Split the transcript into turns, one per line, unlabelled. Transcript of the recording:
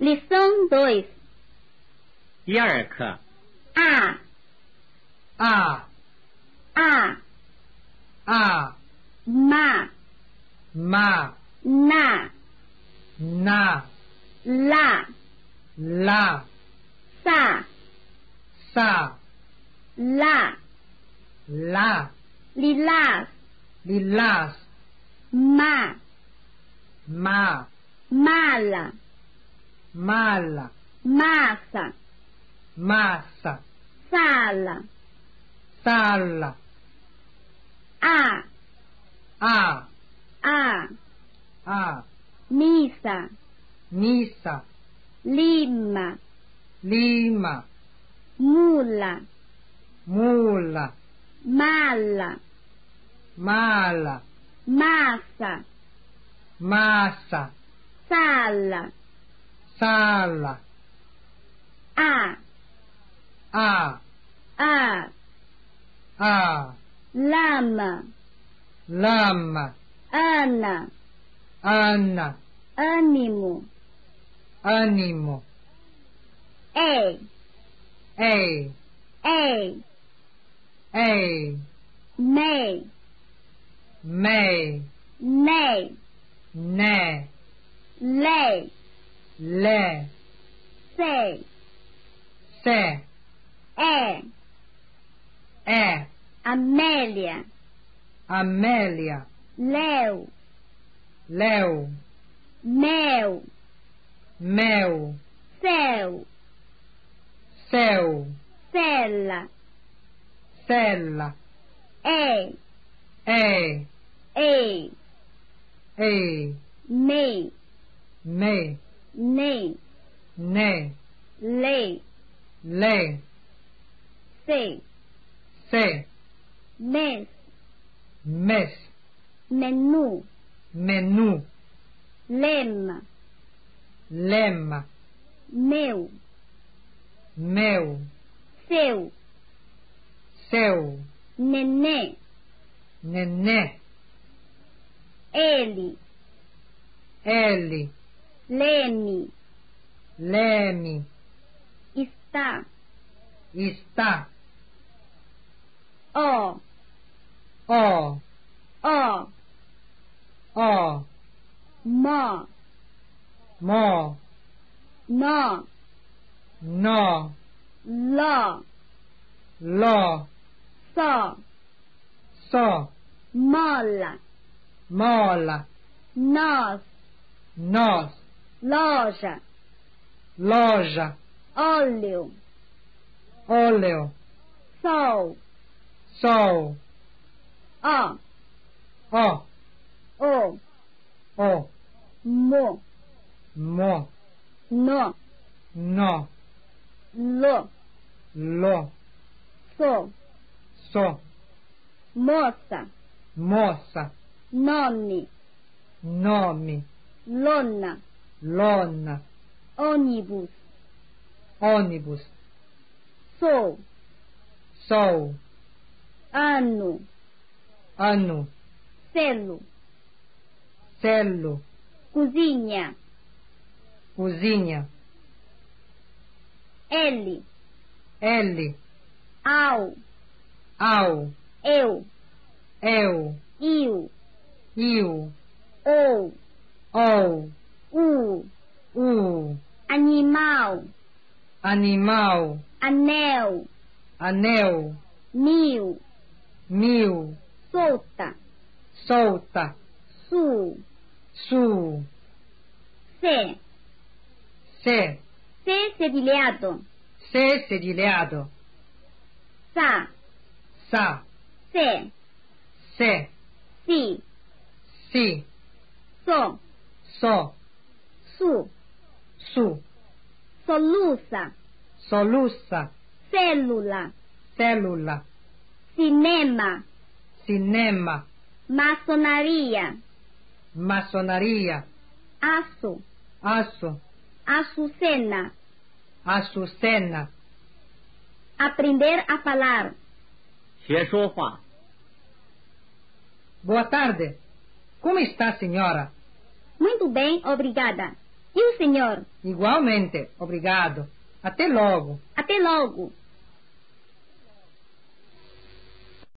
Lição 2.
第二课
A,
a
A,
a
Ma,
ma
Na,
na
La,
la
Sa,
sa
La,
la
Lilás,
lilas
Ma,
ma
Mala,
mala
Massa,
massa
Sala.
sala
A,
a
A,
a
Missa,
missa
Lima,
lima
Mula,
mula
Mala,
mala
Massa,
massa
Sala.
sala
A,
a
A,
a
Lama,
lama
Ana,
anna
Ânimo.
animo
Ei,
ei
ei,
ei
nei,
mei
nei,
ne
lei,
le
sei,
se
é,
é
Amélia,
Amélia
Leo,
Léo
meu,
Mel
céu,
Céu
cela,
Cela
ei,
É
ei,
Ei
mei,
e, Me
nei,
Ne
lei,
Le
sei,
Se
mês,
Mes
menu,
Menu
lema,
Lema
meu,
Meu
seu,
Seu
nenê,
Nenê
ele,
Ele
leme,
Leme
está,
Está
ó,
Ó
ó,
Ó
mó,
Mó
nó,
Nó
ló,
Ló
só,
Só
mola,
Mola
nós,
Nós
loja,
Loja
óleo,
Óleo
sol,
Sol
ó,
Ó
o,
Ó
mo,
Mo
no,
No
lo,
Lo
so,
So
moça,
Moça
nome,
Nome
lona,
Lona
ônibus,
Ônibus
sou,
Sol
ano,
Ano
selo,
Celo
cozinha,
Cozinha
ele,
L
ao,
Ao
eu,
Eu
eu,
Il
ou,
Ou
o,
U
animal,
Animal
anel,
Anel
mil,
Mil
solta,
Solta
sul,
Su
se,
Se
se sediliato,
Se sedileato
sa,
Sa
se,
Se
si,
Si
so,
So
su,
Su
solusa,
Solussa
cellula,
Cellula
cinema,
Cinema
maçonaria,
Maçonaria
aço,
Aço
açucena,
Açucena
aprender a falar,
学说话。
Boa tarde Como está, senhora?
muito bem, obrigada, E o senhor?
Igualmente, obrigado. Até logo.
Até logo.